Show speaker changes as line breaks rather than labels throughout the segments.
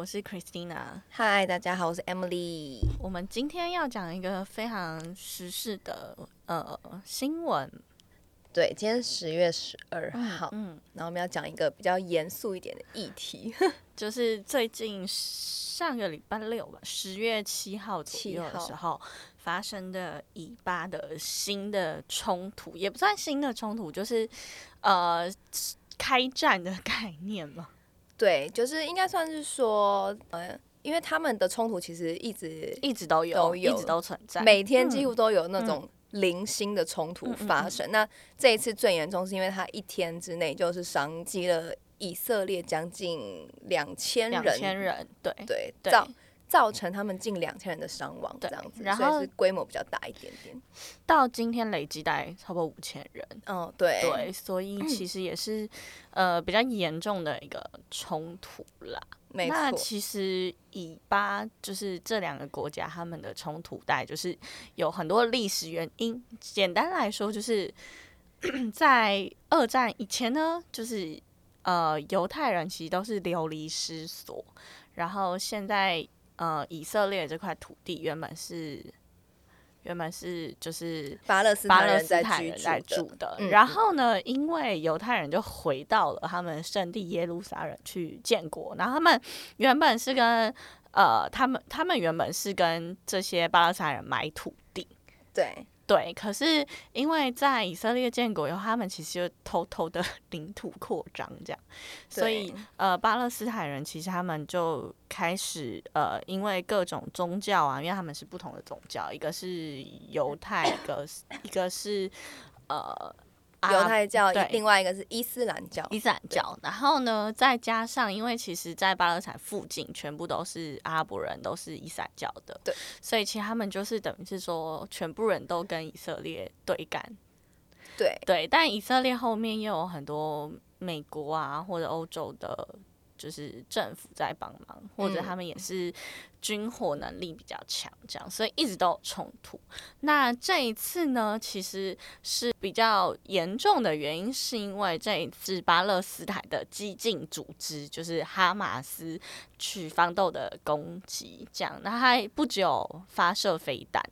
我是 Christina，
嗨，大家好，我是 Emily。
我们今天要讲一个非常时事的呃新闻，
对，今天十月十二号，
嗯，
然后我们要讲一个比较严肃一点的议题。
就是最近上个礼拜六吧，十月七号左右的
7号
时候发生的以巴的新的冲突，也不算新的冲突，就是呃开战的概念嘛。
对，就是应该算是说，呃，因为他们的冲突其实一直
一直都有，
都有
一直都存在。
每天几乎都有那种嗯零星的冲突发生。那这一次最严重是因为他一天之内就是伤及了以色列将近两千
两
人，
千人，对
对，
对
造造成他们近两千人的伤亡这
对
样子，
然
所以
后
是规模比较大一点点。
到今天累积大概差不多五千人，
嗯，对，
对，所
嗯
以其实也是、呃比较严重的一个冲突啦。
没
那
错。
其实以巴就是这两个国家他们的冲突带就是有很多历史原因。简单来说，就是 在二战以前呢，就是呃犹太人其实都是流离失所，然后现在呃以色列这块土地原本是原本是就是
巴勒斯
巴
坦
勒
人
斯
在
坦
居
人在
住
住
的，
的。
嗯
然后呢，因为犹太人就回到了他们圣地耶路撒冷去建国，然后他们原本是跟呃，他们他们原本是跟这些巴勒斯坦人买土地。
对，
对，可是因为在以色列建国以后，他们其实就偷偷的 领土扩张这样，所以
对
呃，巴勒斯坦人其实他们就开始呃，因为各种宗教啊，因为他们是不同的宗教，一个是犹太，一个是一个是呃阿
犹太教
对，
另外一个是伊斯兰教，
伊斯兰教，然后呢，再加上因为其实，在巴勒斯坦附近全部都是阿拉伯人，都是伊斯兰教的，
对，
所以其实他们就是等于是说，全部人都跟以色列对干，
对
对，但以色列后面又有很多美国啊或者欧洲的，就是政府在帮忙，或者他们也是军火能力比较强，这样，所以一直都有冲突。那这一次呢，其实是比较严重的原因，是因为这一次巴勒斯坦的激进组织就是哈马斯去防斗的攻击，这样，那它不只有发射飞弹。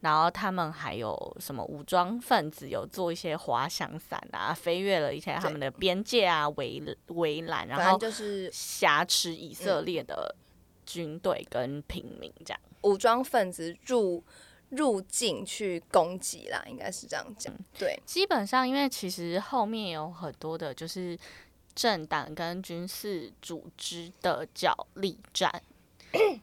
然后他们还有什么武装分子有做一些滑翔伞啊，飞越了一些他们的边界啊围围栏，然
反正
后
就是嗯
挟持以色列的军队跟平民这样。
武装分子入入境去攻击啦，应该是这样讲。
嗯
对
基本上，因为其实后面有很多的就是政党跟军事组织的角力战，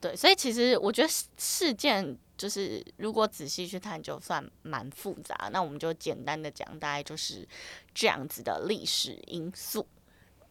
对，所以其实我觉得事事件就是如果仔细去探究，算蛮复杂。那我们就简单的讲，大概就是这样子的历史因素。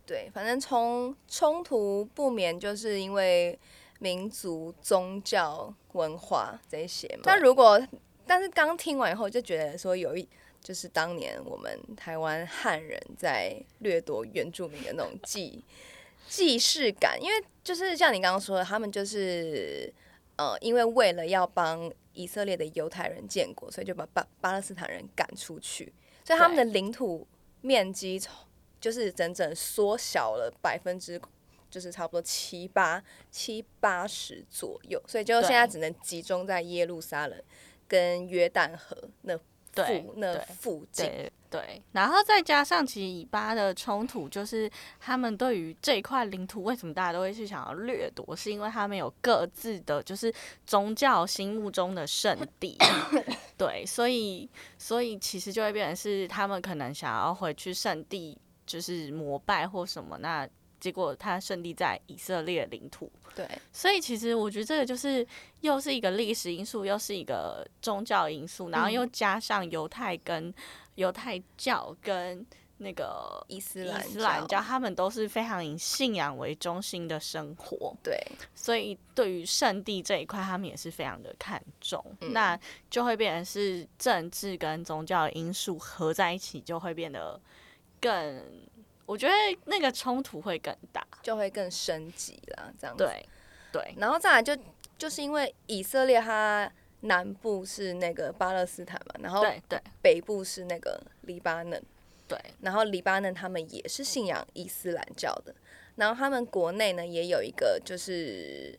对，反正冲冲突不免就是因为民族、宗教、文化这一些嘛。
对
那如果但是刚听完以后就觉得说有一。就是当年我们台湾汉人在掠夺原住民的那种记 既视感，因为就是像你刚刚说的，他们就是呃，因为为了要帮以色列的犹太人建国，所以就把巴巴勒斯坦人赶出去，所以他们的领土面积从就是整整缩小了百分之。就是差不多七八七八十左右，所以就
对
现在只能集中在耶路撒冷跟约旦河那
对
附那
对
附近。
对对，然后再加上其实以巴的冲突，就是他们对于这一块领土，为什么大家都会去想要掠夺，是因为他们有各自的就是宗教心目中的圣地，对，所以所以其实就会变成是他们可能想要回去圣地，就是膜拜或什么，那结果他圣地在以色列领土，
对
所以其实我觉得这个就是又是一个历史因素，又是一个宗教因素，然后
嗯
又加上犹太跟犹太教跟那个
伊斯
伊
兰
斯兰教，他们都是非常以信仰为中心的生活，
对
所以对于圣地这一块，他们也是非常的看重。
嗯
那就会变成是政治跟宗教的因素合在一起，就会变得更，我觉得那个冲突会更大。
就会更升级啦，这样子。
对，对，
然后再来就就是因为以色列它南部是那个巴勒斯坦嘛，然后
对，对，
北部是那个黎巴嫩，
对。
然后黎巴嫩他们也是信仰伊斯兰教的。然后他们国内呢也有一个就是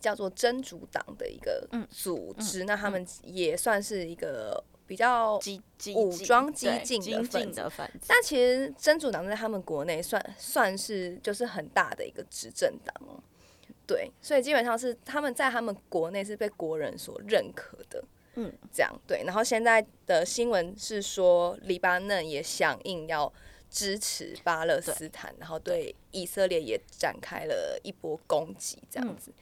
叫做真主党的一个组织，那他们也算是一个比较
激激
武
进
装激
对
进的
精
分
进
子
的分子，
但其实真主党在他们国内算算是就是很大的一个执政党哦，对，所以基本上是他们在他们国内是被国人所认可的，
嗯，
这样对。然后现在的新闻是说，黎巴嫩也响应要支持巴勒斯坦，然后对以色列也展开了一波攻击，这样子。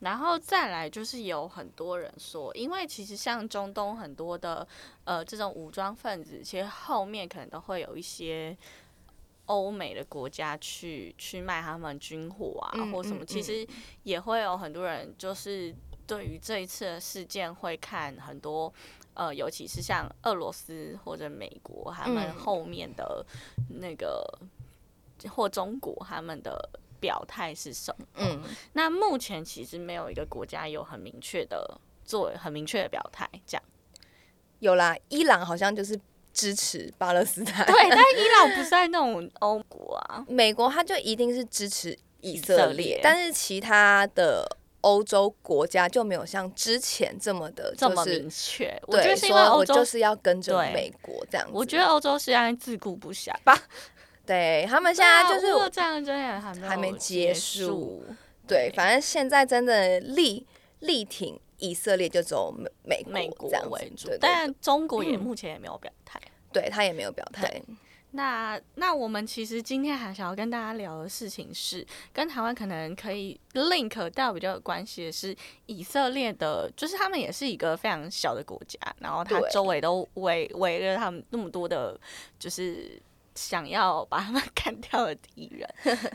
然后再来就是有很多人说，因为其实像中东很多的呃这种武装分子，其实后面可能都会有一些欧美的国家去去卖他们军火啊、
嗯
或什么，
嗯
其实也会有很多人就是对于这一次的事件会看很多。呃，尤其是像俄罗斯或者美国，他们
嗯
后面的那个、或中国他们的表态是什么？
嗯
那目前其实没有一个国家有很明确的做很明确的表态，这 样。
有啦，伊朗好像就是支持巴勒斯坦，
对，但伊朗不是在那种欧国啊，
美国它就一定是支持以
以
色列，
色列
但是其他的欧洲国家就没有像之前这么的、就是，
这么明确。我
对，
觉得是因为
说
欧
我
洲，
就
我
是要跟着
对
美国这样子。
觉得欧洲现在自顾不暇。
对他们现在就
对啊乌俄
是
战争也还没有
还没
结
结
束
束，对，反正现在真的力力挺以色列就走美美国
美国
这样子
为主
对，对
但中国也
嗯
目前也没有表态。
对他也没有表态
对。那那我们其实今天还想要跟大家聊的事情是，跟台湾可能可以 link 到比较有关系的是，以色列的，就是他们也是一个非常小的国家，然后它
对
周围都围围着他们那么多的，就是想要把他们 干掉的敌人。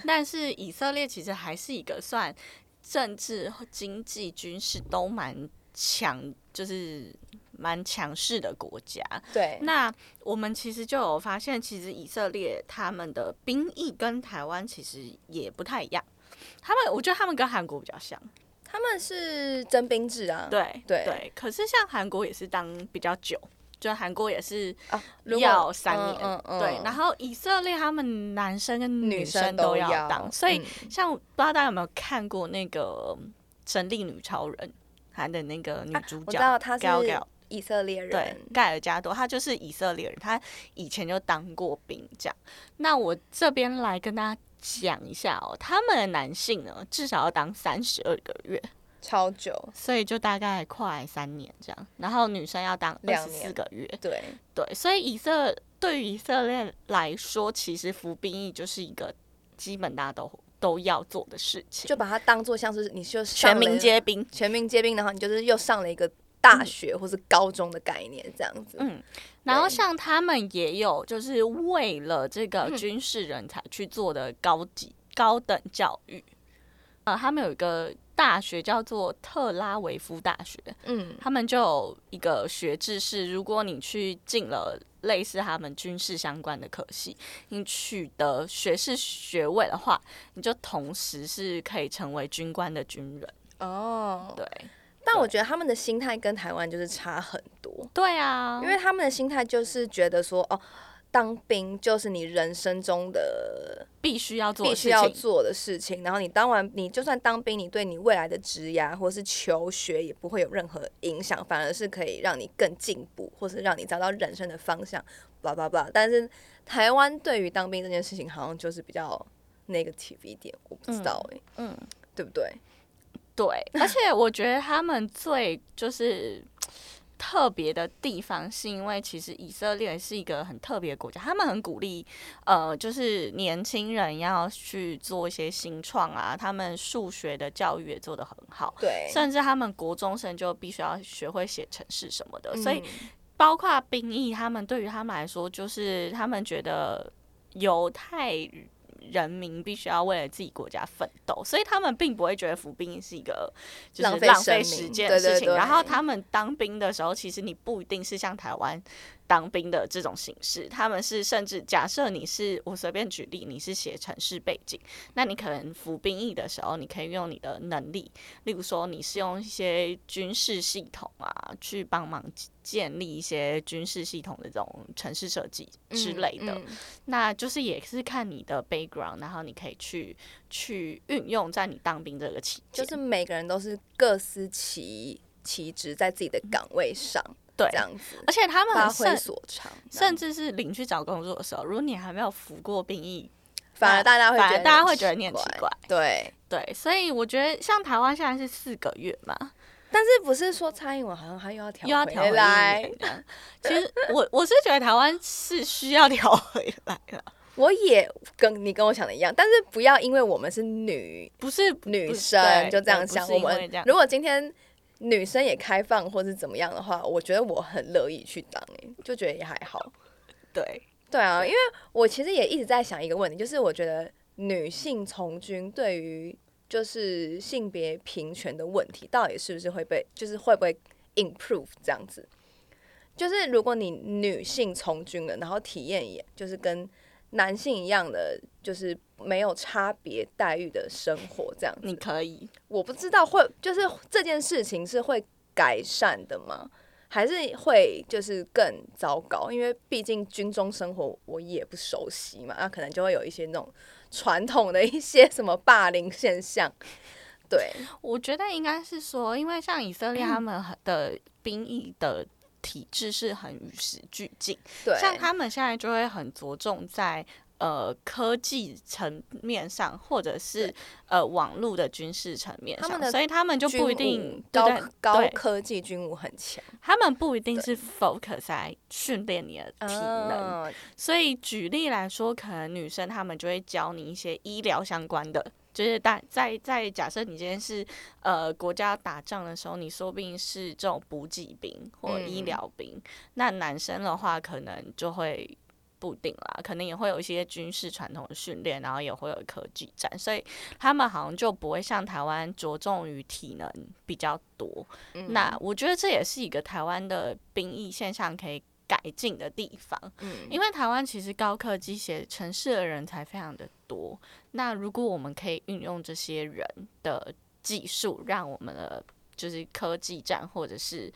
但是以色列其实还是一个算政治、经济、军事都蛮强，就是蛮强势的国家。
对，
那我们其实就有发现，其实以色列他们的兵役跟台湾其实也不太一样。他们，我觉得他们跟韩国比较像，
他们是征兵制啊，
对
对
可是像韩国也是当比较久，就韩国也是
啊，如果
要三年，
嗯嗯嗯
对。然后以色列他们男生跟
女
生
生
都
要
当，所以
嗯
像不知道大家有没有看过那个《神力女超人》韩的那个女主
啊我
角
知道他是
Gal Gal，
以色列
对
人，，
盖尔加多，他就是以色列人，他以前就当过兵这样。那我这边来跟大家讲一下哦，他们的男性呢，至少要当三十二个月，
超久，
所以就大概快三年这样。然后女生要当二
两
十四
年
个月，
对，
对，所以以色对于以色列来说，其实服兵役就是一个基本大家都都要做的事情，
就把它当做像是你就上
全
了
民皆兵。
全民皆兵，然后你就是又上了一个大学或是高中的概念这样子。
嗯，然后
对
像他们也有，就是为了这个军事人才去做的高级、高等教育。呃，他们有一个大学叫做特拉维夫大学，
嗯，
他们就有一个学制是，如果你去进了类似他们军事相关的科系，你取得学士学位的话，你就同时是可以成为军官的军人。
哦，
对，
但我觉得他们的心态跟台湾就是差很多，
对啊，
因为他们的心态就是觉得说，哦，当兵就是你人生中的
必须要做
必
的事
须要
情。
做的事情，然后你当完，你就算当兵，你对你未来的职涯或是求学也不会有任何影响，反而是可以让你更进步，或是让你找到人生的方向，blah blah blah。但是台湾对于当兵这件事情，好像就是比较 negative 一点，我不知道哎、
嗯，
对不对？
对，而且我觉得他们最就是特别的地方，是因为其实以色列是一个很特别的国家，他们很鼓励呃，就是年轻人要去做一些新创啊，他们数学的教育也做得很好。
对，
甚至他们国中生就必须要学会写程式什么的，所以
嗯
包括兵役，他们对于他们来说，就是他们觉得犹太人民必须要为了自己国家奋斗，所以他们并不会觉得服兵役是一个就
浪
是
费
浪
生
费
命
时间的
对对
事情。
对
然后他们当兵的时候，其实你不一定是像台湾当兵的这种形式，他们是甚至假设你是我随便举例，你是写城市背景，那你可能服兵役的时候，你可以用你的能力，例如说你是用一些军事系统啊，去帮忙建立一些军事系统的这种城市设计之类的。
嗯嗯
那就是也是看你的 background，然后你可以去去运用在你当兵这个期间，
就是每个人都是各司其其职，在自己的岗位上
对
这。样子，
而且他们
发
很
挥
甚
所长，这样
甚至是领去找工作的时候，如果你还没有服过兵役，
反而大家会
反
觉
而
得
大家
很
会觉得你很奇怪。
对。
对，所以我觉得像台湾现在是四个月嘛，
但是不是说蔡英文好像他又要调
又要
回
调回一
来？
年这样。其实我我是觉得台湾是需要调回来了，
我也跟你跟我想的一样，但是不要因为我们是女
不是
女
不是
生
对
就这样
对不
想。
是
我
因为
们
这样
如果今天女生也开放或是怎么样的话，我觉得我很乐意去当、欸，就觉得也还好。
对，
对啊，因为我其实也一直在想一个问题，就是我觉得女性从军对于就是性别平权的问题，到底是不是会被，就是会不会 improve 这样子？就是如果你女性从军了，然后体验也就是跟男性一样的，就是没有差别待遇的生活这样子，
你可以。
我不知道会就是这件事情是会改善的吗？还是会就是更糟糕？因为毕竟军中生活我也不熟悉嘛，那、可能就会有一些那种传统的一些什么霸凌现象。 对，
我觉得应该是说，因为像以色列他们很的兵役的体制是很与时俱进，
对，
像他们现在就会很着重在。呃，科技层面上，或者是呃网络的军事层面
他们
上，
的
所以他们就不一
军
定
武高
对对
高
对
科技军武很强，
他们不一定是 focus 在训练你的体能，
嗯
所以举例来说，可能女生她们就会教你一些医疗相关的，就是大在在假设你今天是呃国家打仗的时候，你说不定是这种补给兵或
嗯
医疗兵。那男生的话，可能就会。不一定啦，可能也会有一些军事传统的训练，然后也会有科技战，所以他们好像就不会像台湾着重于体能比较多。
嗯
那我觉得这也是一个台湾的兵役现象可以改进的地方。
嗯
因为台湾其实高科技写城市的人才非常的多，那如果我们可以运用这些人的技术，让我们的就是科技战或者是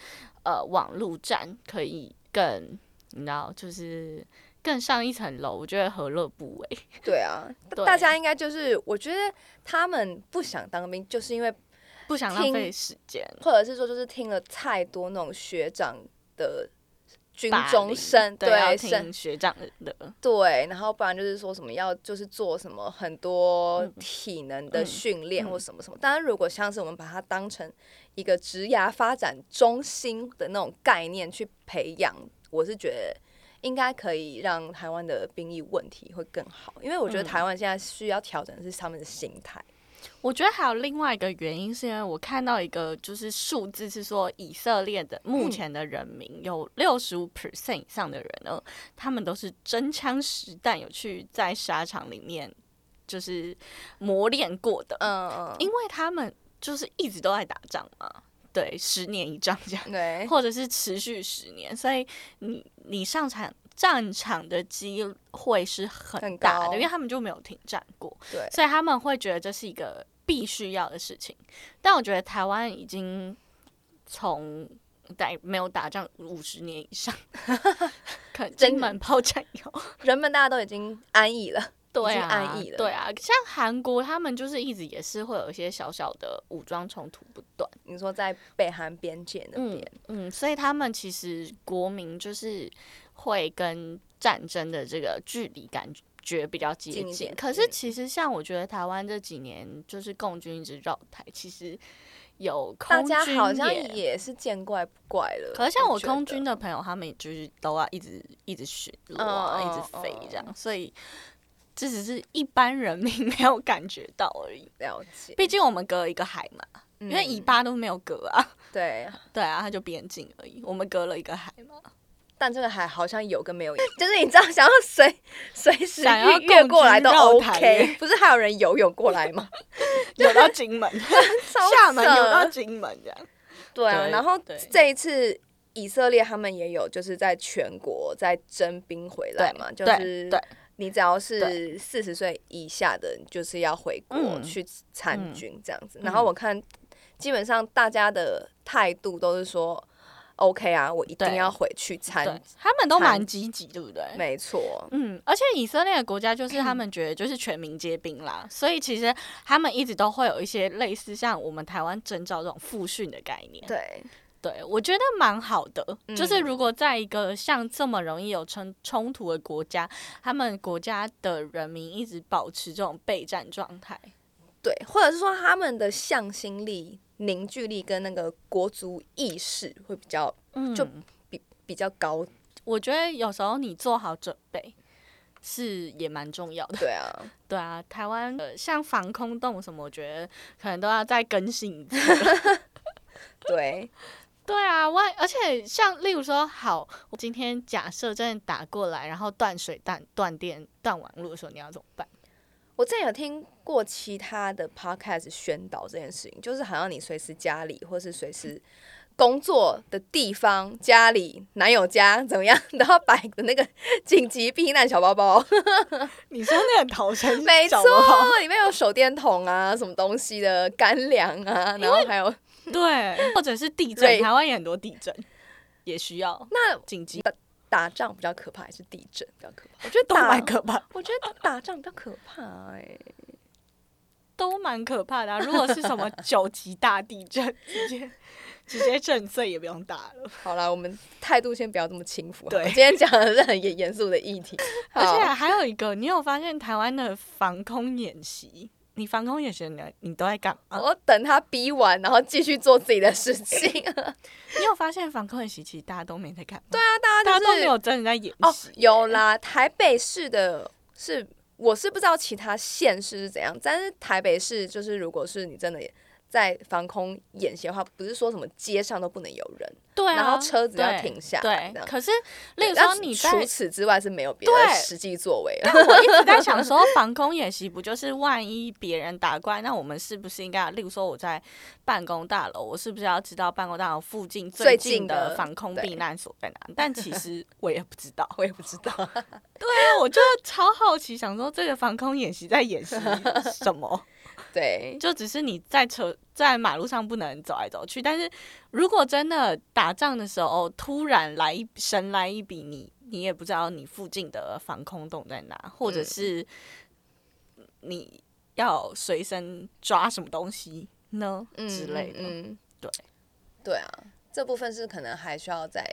呃网络战可以更，你知道，就是更上一层楼，我觉得何乐不为？
对啊，
对
大家应该就是我觉得他们不想当兵，就是因为
不想浪
听
费时间，
或者是说就是听了太多那种学长的军
霸
中
凌
生
对，要
对生
听学长的，
对，然后不然就是说什么要就是做什么很多
嗯
体能的
嗯
训练或
嗯
什么什么。当然，如果像是我们把它当成一个职涯发展中心的那种概念去培养，我是觉得。应该可以让台湾的兵役问题会更好，因为我觉得
嗯
台湾现在需要调整的是他们的心态。
我觉得还有另外一个原因，是因为我看到一个就是数字是说，以色列的目前的人民有六十五 percent 以上的人呢，他们都是真枪实弹有去在沙场里面就是磨练过的，
嗯
因为他们就是一直都在打仗嘛，对，十年一仗这样。
对，
或者是持续十年，所以你你上场战场的机会是很
很
大
高
的，因为他们就没有停战过，
对
所以他们会觉得这是一个必须要的事情。但我觉得台湾已经从在没有打仗五十年以上， 可能
真
金门炮战 以后，
人们大家都已经安逸了。
对
经
啊，
安逸了
对啊，像韩国他们就是一直也是会有一些小小的武装冲突不断。
你说在北韩边界那边，
嗯，所以他们其实国民就是会跟战争的这个距离感觉比较接
近一
近
点。
可是
嗯
其实像我觉得台湾这几年就是共军一直绕台，其实有
大
空
家
军
好像
也。
也是见怪不怪了。
可是像我
觉得
空军的朋友，他们也就是都要一直一直巡逻啊，
嗯嗯
一直飞
嗯
这样，所以这只是一般人民没有感觉到而已。
了解，
毕竟我们隔一个海嘛，因为以
嗯
巴都没有隔啊，
对，
对啊，它就边境而已，我们隔了一个海嘛。
但这个还好像有跟没有一样，就是你知道想要随随时
想要
越越
共
过来
军
都
绕台
OK，不是还有人游泳过来吗？
有到 金门，
超
厦门有
扯
到金门这样。
对啊，
对
然后
对
这一次以色列他们也有就是在全国在征兵回来嘛，就
对
是
对
你只要是四十岁以下的，你就是要回国
嗯
去参
嗯
军这样子。
嗯
然后我看基本上大家的态度都是说，OK 啊，我一定
对
要回去参
对，，他们都
参
蛮积极，对不对？
没错，
嗯，而且以色列的国家就是他们觉得就是全民皆兵啦，所以其实他们一直都会有一些类似像我们台湾征召这种复训的概念。
对，
对，我觉得蛮好的。就是
嗯
如果在一个像这么容易有冲冲突的国家，他们国家的人民一直保持这种备战状态，
对，或者是说他们的向心力、凝聚力跟那个国族意识会比较
嗯，
就比较高，
我觉得有时候你做好准备是也蛮重要的。
对啊，
对啊，台湾呃像防空洞什么，我觉得可能都要再更新一次。
对，
对啊，万而且像例如说，好，我今天假设真的打过来，然后断水、断断电、断网络的时候，你要怎么办？
我之前有听过其他的 podcast 宣导这件事情，就是好像你随时家里或是随时工作的地方、家里、男友家怎么样，都要摆个那个紧急避难小包 包，
你说那个逃生
没
小
错
包包，
里面有手电筒啊，什么东西的干粮啊，然后还有
对，或者是地
对
震，台湾也很多地震，也需要
那
紧急，
打仗比较可怕，还是地震比较可怕？Oh
我觉得都
打
蛮可怕，
我觉得打仗比较可怕哎、
都蛮可怕的、啊。如果是什么九级大地震，直接直接震碎也不用打了，
好啦，我们态度先不要这么轻浮。
对
今天讲的是很严严肃的议 题，
而且
好
还有一个，你有发现台湾的防空演习？你防空演习你你都在干嘛？
我等他逼完，然后继续做自己的事 情。
你有发现防空演习其实大家都没在干嘛？对
啊
啊
大
大家
家就
都没
是
有真的在演
哦
习、，
有啦，台北市的是我是不知道其他县市是怎样，但是台北市就是如果是你真的在防空演习的话，不是说什么街上都不能有人，
对啊，
然后车子要
对
停下来
对
这，样。
可是，例
对
如
但
说
是
你在，
除此之外是没有别的
对
实际作为啊了。
但 我一直在想说，防空演习不就是万一别人打过来，那我们是不是应该，例如说我在办公大楼，我是不是要知道办公大楼附近
最近
近
的
的防空
对
避难所在哪？但其实我也不知道，
我也不知道，
那我就超好奇，想说这个防空演习在演 习什么？
对，
就只是你在车在马路上不能走来走去，但是如果真的打仗的时候突然来一神来一笔，你你也不知道你附近的防空洞在哪，或
嗯
者是你要随身抓什么东西呢、
嗯
之类的。
嗯嗯
对，
对啊，这部分是可能还需要再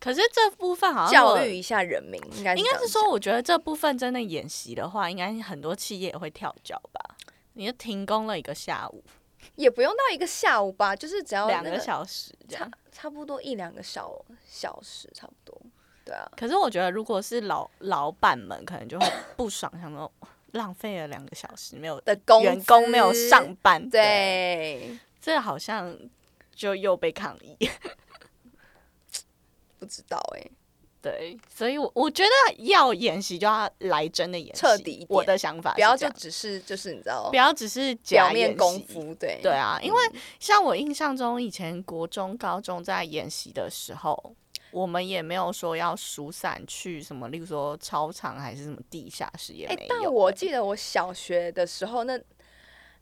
可是这部分好像我
教育，一下人民，应该
应该是
这样
说，我觉得这部分真的演习的话，应该很多企业也会跳脚吧。你就停工了一个下午，
讲也不用到一个下午吧，就是只要
两、
哦那
个小时这样
差。差不多一两个小小时，差不多。对啊，
可是我觉得，如果是老老板们，可能就会不爽，想说浪费了两个小时，没有
的工
员工没有
资，
上班，对，
对，
这好像就又被抗议。
不知道哎、
对，所以我我觉得要演习就要来真的演习，
彻底一点
我的想法是
不要
这
就
样
只是就是你知道
不要只是假
表面
演
功
习。
夫，对嗯
对啊，因为像我印象中，以前国中、高中在演习的时候，我们也没有说要疏散去什么，例如说操场还是什么地下室也
哎、
没有。
但我记得我小学的时候那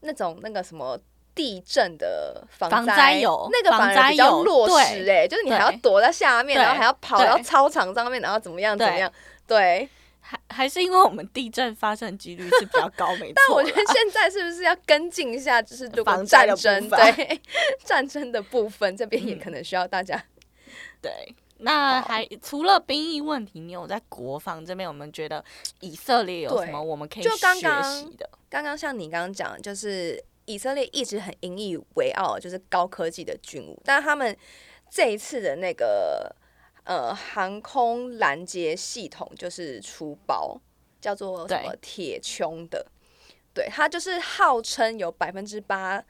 那种那个什么。地震的防
防
灾
灾有
那个
防
反而比较
灾有
落实
对
哎、就是你还要
对
躲在下面，
对
然后还要跑到
对
操场上面，然后怎么样怎么
对
样，对。
还还是因为我们地震发生几率是比较高，没错啦。
但我觉得现在是不是要跟进一下，就是如果
防灾
战
的部
争
分嗯
对 战争的部分，这边也可能需要大家。
对。那
好
还除了兵役问题，你有在国防这边，我们觉得以色列有
对
什么我们可以
就刚刚
学习的？
刚刚像你刚刚讲，就是以色列一直很引以为傲，就是高科技的军武，但他们这一次的那个呃航空拦截系统就是出包，叫做什么
对
铁穹的，对，它就是号称有百分之八。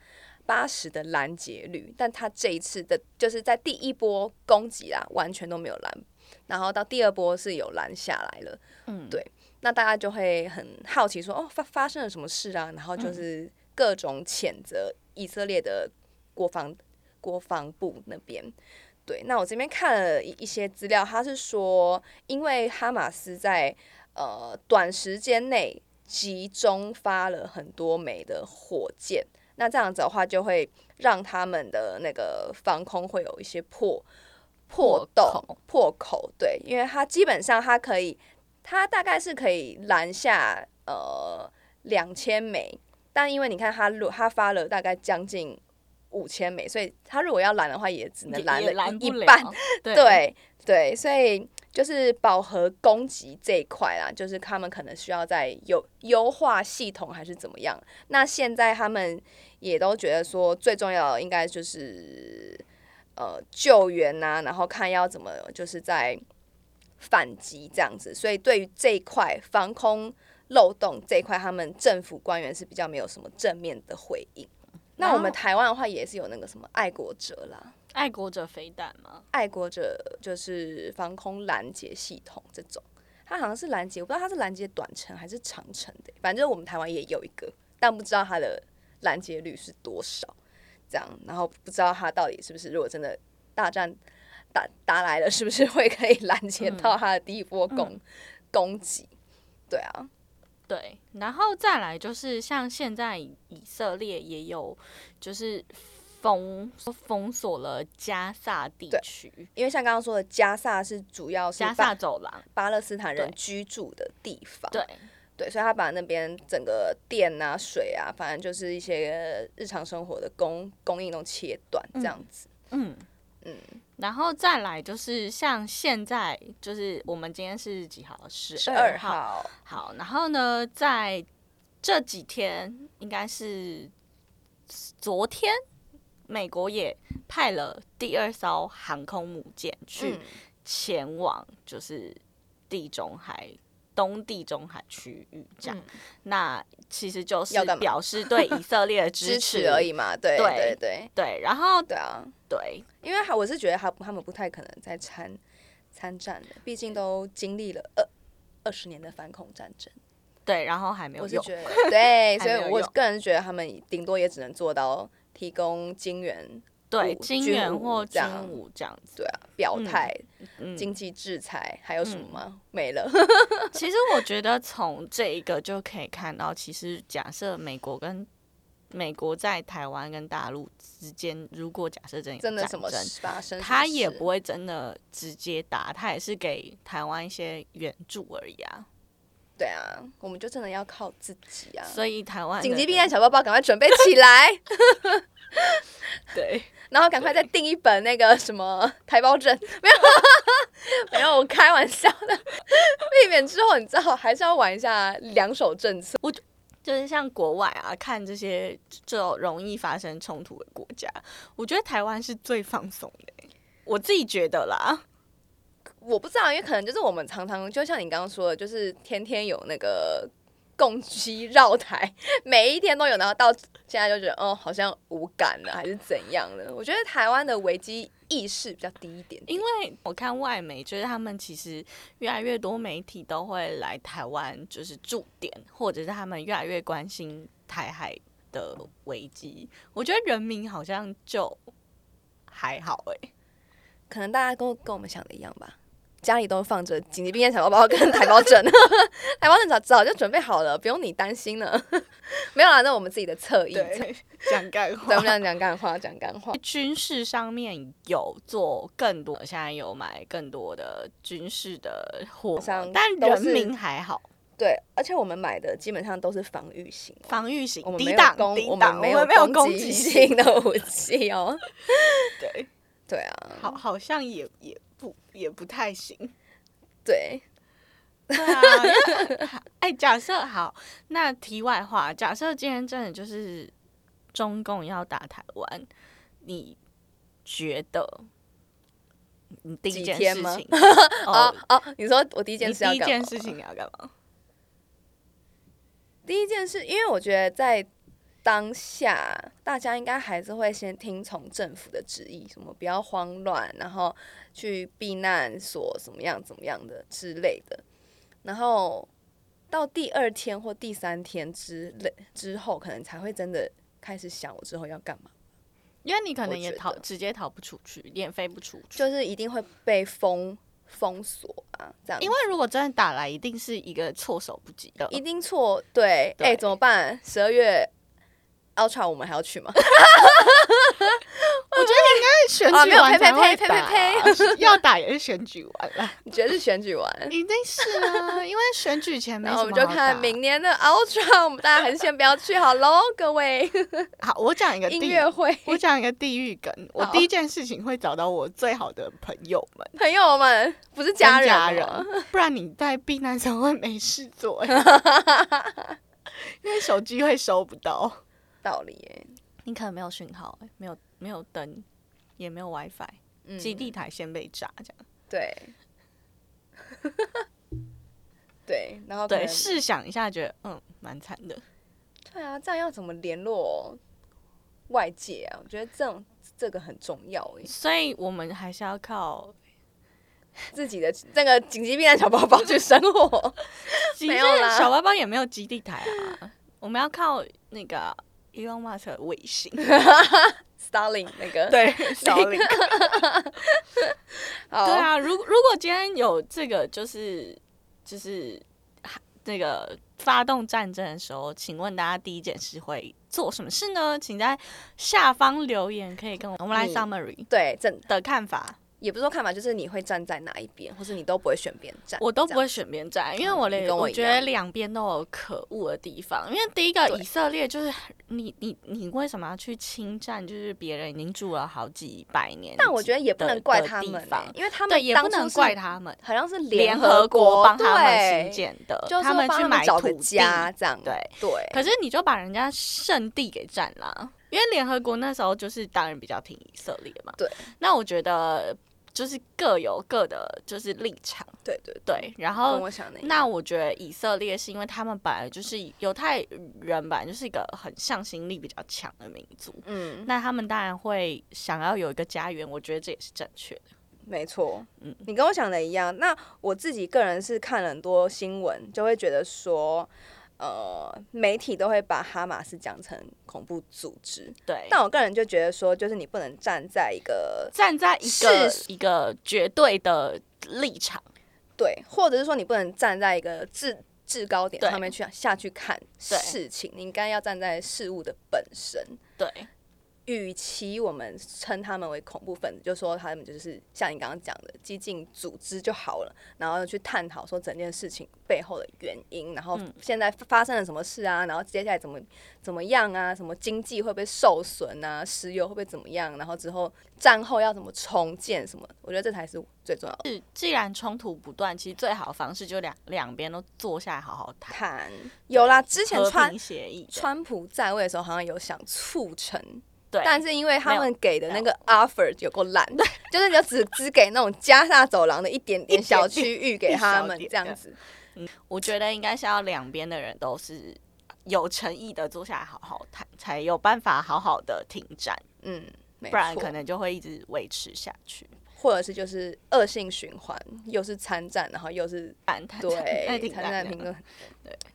八十的拦截率，但它这一次的就是在第一波攻击啊，完全都没有拦，然后到第二波是有拦下来了，
嗯，
对那大家就会很好奇说，哦，发发生了什么事啊？然后就是各种谴责以色列的国防国防部那边。对，那我这边看了一一些资料，他是说，因为哈马斯在呃短时间内集中发了很多枚的火箭，那这样子的话就会让他们的那个防空会有一些破破洞
破口
破口，对，因为它基本上它可以，它大概是可以拦下呃两千枚，但因为你看它如它发了大概将近五千枚，所以它如果要拦的话，也只能
也
拦
也
了
拦
一
不
一
了
半，，
对
对对，所以就是饱和攻击这一块啦，就是他们可能需要在优优化系统还是怎么样。那现在他们也都觉得说，最重要的应该就是呃救援呐、然后看要怎么就是在反击这样子。所以对于这一块防空漏洞这一块，他们政府官员是比较没有什么正面的回应。那我们
然后
台湾的话也是有那个什么爱国者啦，
爱国者飞弹吗？
爱国者就是防空拦截系统这种，它好像是拦截，我不知道它是拦截短程还是长程的，欸反正我们台湾也有一个，但不知道它的拦截率是多少，这样，然后不知道它到底是不是如果真的大战打打来了，是不是会可以拦
嗯
截到它的第一波攻、攻击？对啊，
对，然后再来就是像现在以色列也有就是封封锁了加萨地
对
区，
因为像刚刚说的，加萨是主要是
加萨
巴
走廊，
巴勒斯坦人
对
居住的地方，
对，
对，所以他把那边整个电啊、水啊，反正就是一些日常生活的供供应都切断这样子。
嗯嗯
嗯，
然后再来就是像现在就是我们今天是几号？十
二、
二号。
号，
好，然后呢，在这几天应该是昨天，美国也派了第二艘航空母舰去
嗯，
前往就是地中海东地中海区域这样。
嗯
那其实就是
要干嘛
表示对以色列的
支
持
持而。已嘛，对
对
对对
对，然后
对啊，
对
因为他我是觉得他他们不太可能再参参战的，毕竟都经历了二二十年的反恐战争，
对，然后还没有
我是
用。
觉得对，
还
所以
没有
我
用
个人觉得他们顶多也只能做到提供金援，
对，
武
金
军
元
武
或军
这样
武这样子。
对啊，表
嗯
态、
嗯，
经济制裁，还有什么
嗯
吗？没 了。
其实我觉得从这一个就可以看到，其实假设美国跟美国在台湾跟大陆之间，如果假设真有
真的
战
什么
争
事发生，
他
什么
也
事
不会真的直接打，他也是给台湾一些援助而已啊。
对啊，我们就真的要靠自己啊！
所以台湾
紧急避
必
难小包包，赶快准备起来，
对，
然后赶快再订一本那个什么台胞证，没有， 没有，我开玩笑的， 避免之后你知道还是要玩一下两手政策，
就是像国外啊，看这些这种容易发生冲突的国家，我觉得台湾是最放松的欸、我自己觉得啦。
我不知道，因为可能就是我们常常就像你刚刚说的，就是天天有那个共机绕台， 每一天都有，然后到现在就觉得哦，好像无感了，还是怎样了？我觉得台湾的危机意识比较低一点点
因为我看外媒，就是他们其实越来越多媒体都会来台湾，就是驻点，或者是他们越来越关心台海的危机。我觉得人民好像就还好哎、
可能大家跟我跟我们想的一样吧，家里都放着紧急避难小包包跟台胞证， 台胞证早早就准备好了，不用你担心了。 没有啦，那我们自己的侧翼，对，，
讲干话
我们俩讲干话，讲干话。
军事上面有做更多，现在有买更多的军事的货
好，像
但
都
人
是
民还好，
对，而且我们买的基本上都是防御型哦、
防御型
我们没
抵
有
挡
攻，
抵
我
挡，我
们没
们没有攻击
击
性，
性的武器哦、
对，
对啊，
好，好像也也不也不太 行。
对，
对啊， 哎，假设好，那题外话，假设今天真的就是中共要打台湾，你觉得你第一
几
件
天
事
吗
情
哦
哦，
哦，你说我第一
你
件事要
第一
干
件
嘛
事情要干嘛？
第一件事，因为我觉得在当下，大家应该还是会先听从政府的旨意，什么不要慌乱，然后去避难所怎么样怎么样的之类的。然后到第二天或第三天之类之后，可能才会真的开始想我之后要干嘛。
因为你可能
我
也
觉
逃
得
直接逃不出去，你也飞不出去。
就是一定会被封封锁啊，这样子。
因为如果真的打来，一定是一个措手不及的。
一定错，对，
对
哎、怎么办？十二月 Ultra 我们还要去吗？
选
啊
举
没有
完
呸
才
呸
会
呸
打
呸
啊， 要打也是选举完 了，
你觉得是选举完？
一定是啊，因为选举前没
然
什
后
么
我们就
好
看
打
明年的 Ultra，我们大家还是先不要去好喽， 各位
好，我讲一个
音
地
乐会
我讲一个地狱梗，我
好
第一件事情会找到我最好的朋友们、
朋友们，不是
跟
家人哦
家
吗，
人，哦不然你在避难所会没事 做、欸因为手机会收不到，
道理耶、
你可能没有讯号、欸没有没有灯，也没有 WiFi，
嗯
基地台先被炸这样。
对，对，然后可
对，
能
试想一下，觉得嗯蛮惨的。
对啊，这样要怎么联络外界啊？我觉得这种这个很重要耶，
所以我们还是要 靠
自己的那个紧急避难小包包去生活。
没
有啦
小包包也没有基地台啊，我们要靠那个 Elon Musk 的卫星，
Starling 那个，
对，小林。
好，
对啊，如如果今天有这个，就是就是那个发动战争的时候，请问大家第一件事会做什么事呢？请在下方留言，可以跟我我们来
嗯
summary
对，真
的看法。
也不是说看法，就是你会站在哪一边，或是你都不会选边站。
我都不
这样，嗯
会选边站，因为我
你
连
跟我
我
一
觉
样
得两边都有可恶的地方。因为第一个
对
以色列就是你你你为什么要去侵占？就是别人已经住了好几百年的地方，
但我觉得也不能怪他们
的
欸、
地方
因为他
对
们
也
当
不
初
能
是
怪，他们。
好像是
联合
合
国帮他们
对
兴建的，
就是
他们
帮
去买
找
土
个
地。
家这样。
对
对，
可是你就把人家圣地给占了，因为联合国那时候就是当然比较挺以色列嘛。
对，
那我觉得就是各有各的就是立场，
对对对，
对。然
跟
后
我想的一样。
那我觉得以色列是因为他们本来就是犹太人，本来就是一个很向心力比较强的民族，
嗯，
那他们当然会想要有一个家园，我觉得这也是正确的。
没错，
嗯
你跟我想的一样。那我自己个人是看了很多新闻，就会觉得说，呃，媒体都会把哈马斯讲成恐怖组织，
对，
但我个人就觉得说，就是你不能站在一个
站在一个
是
一个绝对的立场，
对，或者是说你不能站在一个制制高点
对
上面去下去看
对
事情，你应该要站在事物的本身。
对
与其我们称他们为恐怖分子，就说他们就是像你刚刚讲的激进组织就好了，然后去探讨说整件事情背后的原因，然后
嗯
现在发生了什么事啊，然后接下来怎么怎么样啊，什么经济会不会受损啊，石油会不会怎么样，然后之后战后要怎么重建什么，我觉得这才是最重要的
是既然冲突不断，其实最好的方式就两两边都坐下来好好谈，
谈。有啦，之前
和
川
平协议的，
川普在位的时候好像有想促成
对，
但是因为他
没
们
有
给的那个 offer 有够烂， 就是你就只只给那种加萨走廊的一点点小区域给他们
一
这
小点
样子，
我觉得应该是要两边的人都是有诚意的坐下来好好谈，才有办法好好的停战，
嗯，没
不然
错
可能就会一直维持下去。
或者是就是恶性循环，又是参战，然后又是
反弹 那
对
挺
参
难
战
的
评论，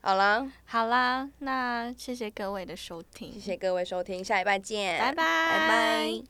好啦，
好啦，那谢谢各位的收听，
谢谢各位收听，下礼拜见，
拜拜，
拜拜。